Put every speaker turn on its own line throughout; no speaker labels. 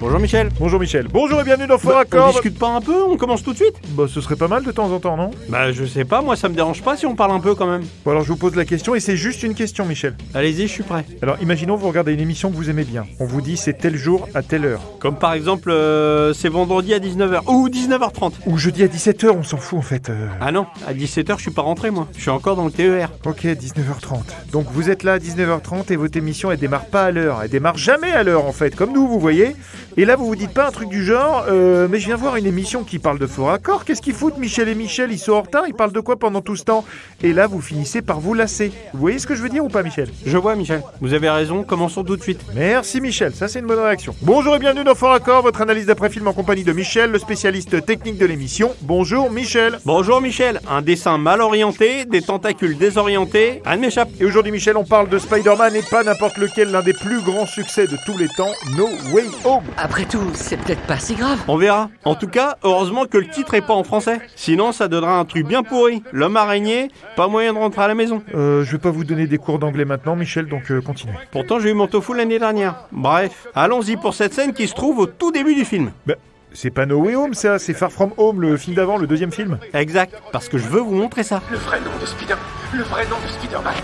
Bonjour Michel.
Bonjour Michel. Bonjour et bienvenue dans Fort
Bah, on
Accord.
discute pas un peu, on commence tout de suite
Bah, ce serait pas mal de temps en temps, non
Bah je sais pas, moi ça me dérange pas si on parle un peu quand même.
Bon alors je vous pose la question et c'est juste une question Michel.
Allez-y, je suis prêt.
Alors imaginons vous regardez une émission que vous aimez bien. On vous dit c'est tel jour à telle heure.
Comme par exemple, euh, c'est vendredi à 19h ou 19h30.
Ou jeudi à 17h, on s'en fout en fait. euh.
Ah non, à 17h je suis pas rentré moi. Je suis encore dans le E TER.
Ok, 19h30. Donc vous êtes là à 19h30 et votre émission elle démarre pas à l'heure. Elle démarre jamais à l'heure en fait, comme nous vous voyez. Et là vous vous dites pas un truc du genre, euh, mais je viens voir une émission qui parle de fort accord. Qu'est-ce qu'ils foutent Michel et Michel Ils sont en retard, ils parlent de quoi pendant tout ce temps Et là vous finissez par vous lasser. Vous voyez ce que je veux dire ou pas Michel
Je vois Michel, vous avez raison, commençons tout de suite.
Merci Michel, ça c'est une bonne réaction. Bonjour et bienvenue dans Fort Accord, votre analyse d'après-film en compagnie de Michel, le spécialiste technique de l'émission. Bonjour Michel
Bonjour Michel, un dessin mal orienté, des tentacules désorientés, un de m'échappe.
Et aujourd'hui Michel, on parle de Spider-Man et pas n'importe lequel, l'un des plus grands succès de tous les temps, No Way Home.
Après tout, c'est peut-être pas si grave.
On verra. En tout cas, heureusement que le titre est pas en français. Sinon, ça donnera un truc bien pourri. L'homme araignée, pas moyen de rentrer à la maison.
Euh, je vais pas vous donner des cours d'anglais maintenant Michel, donc euh, continuez.
Pourtant, j'ai eu mon tofu l'année dernière. Bref, allons-y pour cette scène qui se trouve au tout début du film.
Bah, c'est pas No Way Home ça, c'est Far From Home, le film d'avant, le deuxième film.
Exact, parce que je veux vous montrer ça.
Le vrai nom de Spider. Le vrai nom de Spider-Man.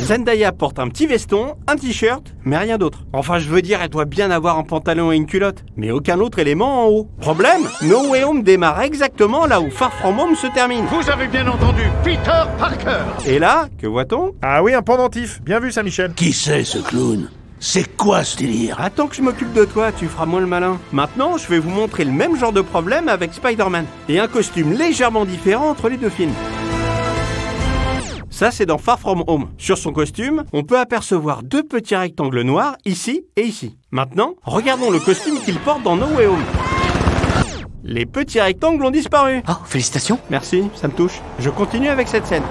Zendaya porte un petit veston, un t-shirt, mais rien d'autre. Enfin, je veux dire, elle doit bien avoir un pantalon et une culotte, mais aucun autre élément en haut. Problème No Way Home démarre exactement là où Far From Home se termine.
Vous avez bien entendu Peter Parker.
Et là, que voit-on
Ah oui, un pendentif, bien vu ça Michel.
Qui c'est ce clown C'est quoi ce délire
Attends que je m'occupe de toi, tu feras moins le malin. Maintenant, je vais vous montrer le même genre de problème avec Spider-Man. Et un costume légèrement différent entre les deux films. Ça, c'est dans Far From Home. Sur son costume, on peut apercevoir deux petits rectangles noirs, ici et ici. Maintenant, regardons le costume qu'il porte dans No Way Home. Les petits rectangles ont disparu.
Oh, félicitations.
Merci, ça me touche. Je continue avec cette scène.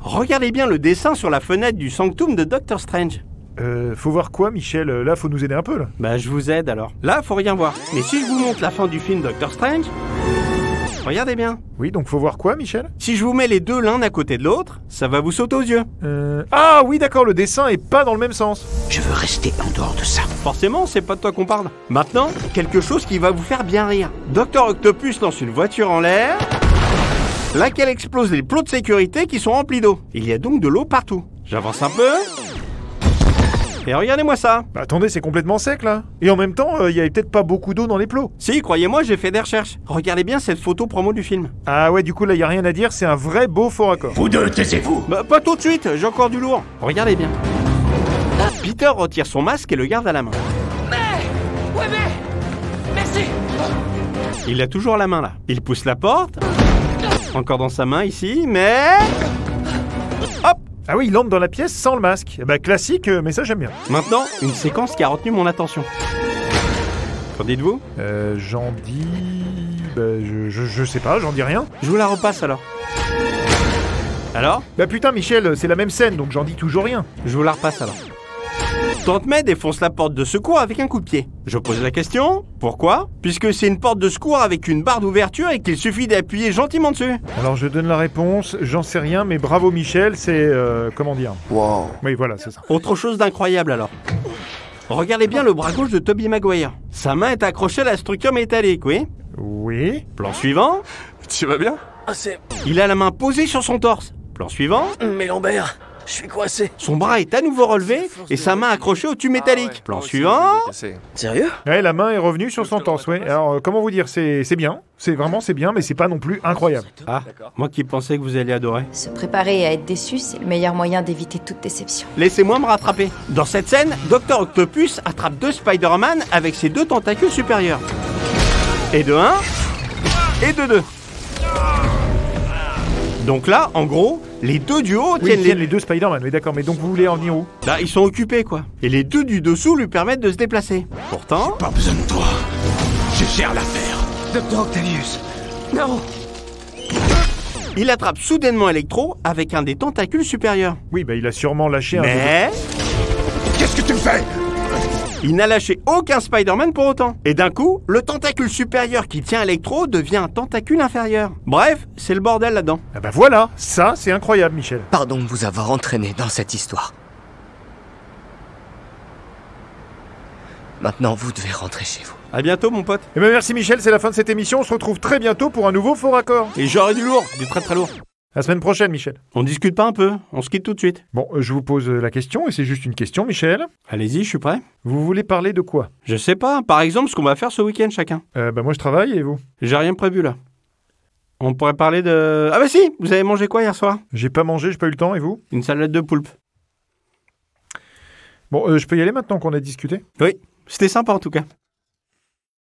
Regardez bien le dessin sur la fenêtre du sanctum de Doctor Strange.
Euh, faut voir quoi Michel, Euh, là faut nous aider un peu là.
Bah je vous aide alors. Là, faut rien voir. Mais si je vous montre la fin du film Doctor Strange, regardez bien.
Oui, donc faut voir quoi Michel
Si je vous mets les deux l'un à côté de l'autre, ça va vous sauter aux yeux.
Euh, Ah oui d'accord, le dessin est pas dans le même sens.
Je veux rester en dehors de ça.
Forcément, c'est pas de toi qu'on parle. Maintenant, quelque chose qui va vous faire bien rire. Docteur Octopus lance une voiture en l'air, laquelle explose les plots de sécurité qui sont remplis d'eau. Il y a donc de l'eau partout. J'avance un peu. Et regardez-moi ça.
Bah attendez, c'est complètement sec là. Et en même temps, euh, il y avait peut-être pas beaucoup d'eau dans les plots.
Si, croyez-moi, j'ai fait des recherches. Regardez bien cette photo promo du film.
Ah ouais, du coup là, il y a rien à dire, c'est un vrai beau fort accord.
Vous deux, taisez-vous
Bah, pas tout de suite, j'ai encore du lourd. Regardez bien. Peter retire son masque et le garde à la main.
Ouais, mais. Merci.
Il a toujours la main là. Il pousse la porte. Encore dans sa main ici, mais. Hop
Ah oui, il entre dans la pièce sans le masque. Eh Bah classique, euh, mais ça j'aime bien.
Maintenant, une séquence qui a retenu mon attention. Qu'en dites-vous
Euh, j'en dis... Bah je, je, je sais pas, j'en dis rien.
Je vous la repasse alors. Alors
Bah putain Michel, c'est la même scène, donc j'en dis toujours rien.
Je vous la repasse alors. Tante May défonce la porte de secours avec un coup de pied. Je pose la question, pourquoi Puisque c'est une porte de secours avec une barre d'ouverture et qu'il suffit d'appuyer gentiment dessus.
Alors je donne la réponse, j'en sais rien, mais bravo Michel, c'est... euh, comment dire
Wow.
Oui voilà, c'est ça.
Autre chose d'incroyable alors. Regardez bien le bras gauche de Toby Maguire. Sa main est accrochée à la structure métallique, oui.
Oui
Plan suivant.
Tu vas bien
Ah,
Il a la main posée sur son torse. Plan suivant.
Mais Lambert, je suis coincé.
Son bras est à nouveau relevé et sa main accrochée au
Ah
tube métallique. Plan suivant.
Sérieux
Ouais, la main est revenue sur son torse, ouais. Alors euh, comment vous dire, c'est c'est bien. C'est vraiment c'est bien, mais c'est pas non plus incroyable.
Ah, moi qui pensais que vous alliez adorer.
Se préparer à être déçu, c'est le meilleur moyen d'éviter toute déception.
Laissez-moi me rattraper. Dans cette scène, Dr Octopus attrape deux Spider-Man avec ses deux tentacules supérieurs. Et de 1 et de 2. Donc là, en gros, les deux du haut
Oui,
tiennent
ils
les
tiennent les deux Spider-Man, mais d'accord, mais donc vous voulez en venir où
Bah, ils sont occupés, quoi. Et les deux du dessous lui permettent de se déplacer. Pourtant,
Pas besoin de toi. Je gère l'affaire.
Docteur Octavius.
il attrape soudainement Electro avec un des tentacules supérieurs.
Oui, bah il a sûrement lâché un...
Mais
Qu'est-ce que tu me fais
il n'a lâché aucun Spider-Man pour autant. Et d'un coup, le tentacule supérieur qui tient Electro devient un tentacule inférieur. Bref, c'est le bordel là-dedans.
Ah bah voilà, ça c'est incroyable Michel.
Pardon de vous avoir entraîné dans cette histoire.
Maintenant, vous devez rentrer chez vous.
À bientôt, mon pote.
Eh bien, merci Michel, c'est la fin de cette émission. On se retrouve très bientôt pour un nouveau Faux Raccord.
Et j'aurai du lourd, du très très lourd.
La semaine prochaine, Michel.
On discute pas un peu, on se quitte tout de suite.
Bon, euh, je vous pose euh, la question, et c'est juste une question, Michel.
Allez-y, je suis prêt.
Vous voulez parler de quoi
Je sais pas, hein. par exemple, ce qu'on va faire ce week-end chacun.
euh, Bah, moi, je travaille, et vous
J'ai rien prévu là. On pourrait parler de. Ah bah si Vous avez mangé quoi hier soir
J'ai pas mangé, j'ai pas eu le temps, et vous
Une salade de poulpe.
Bon, euh, je peux y aller maintenant qu'on a discuté
C'était sympa en tout cas.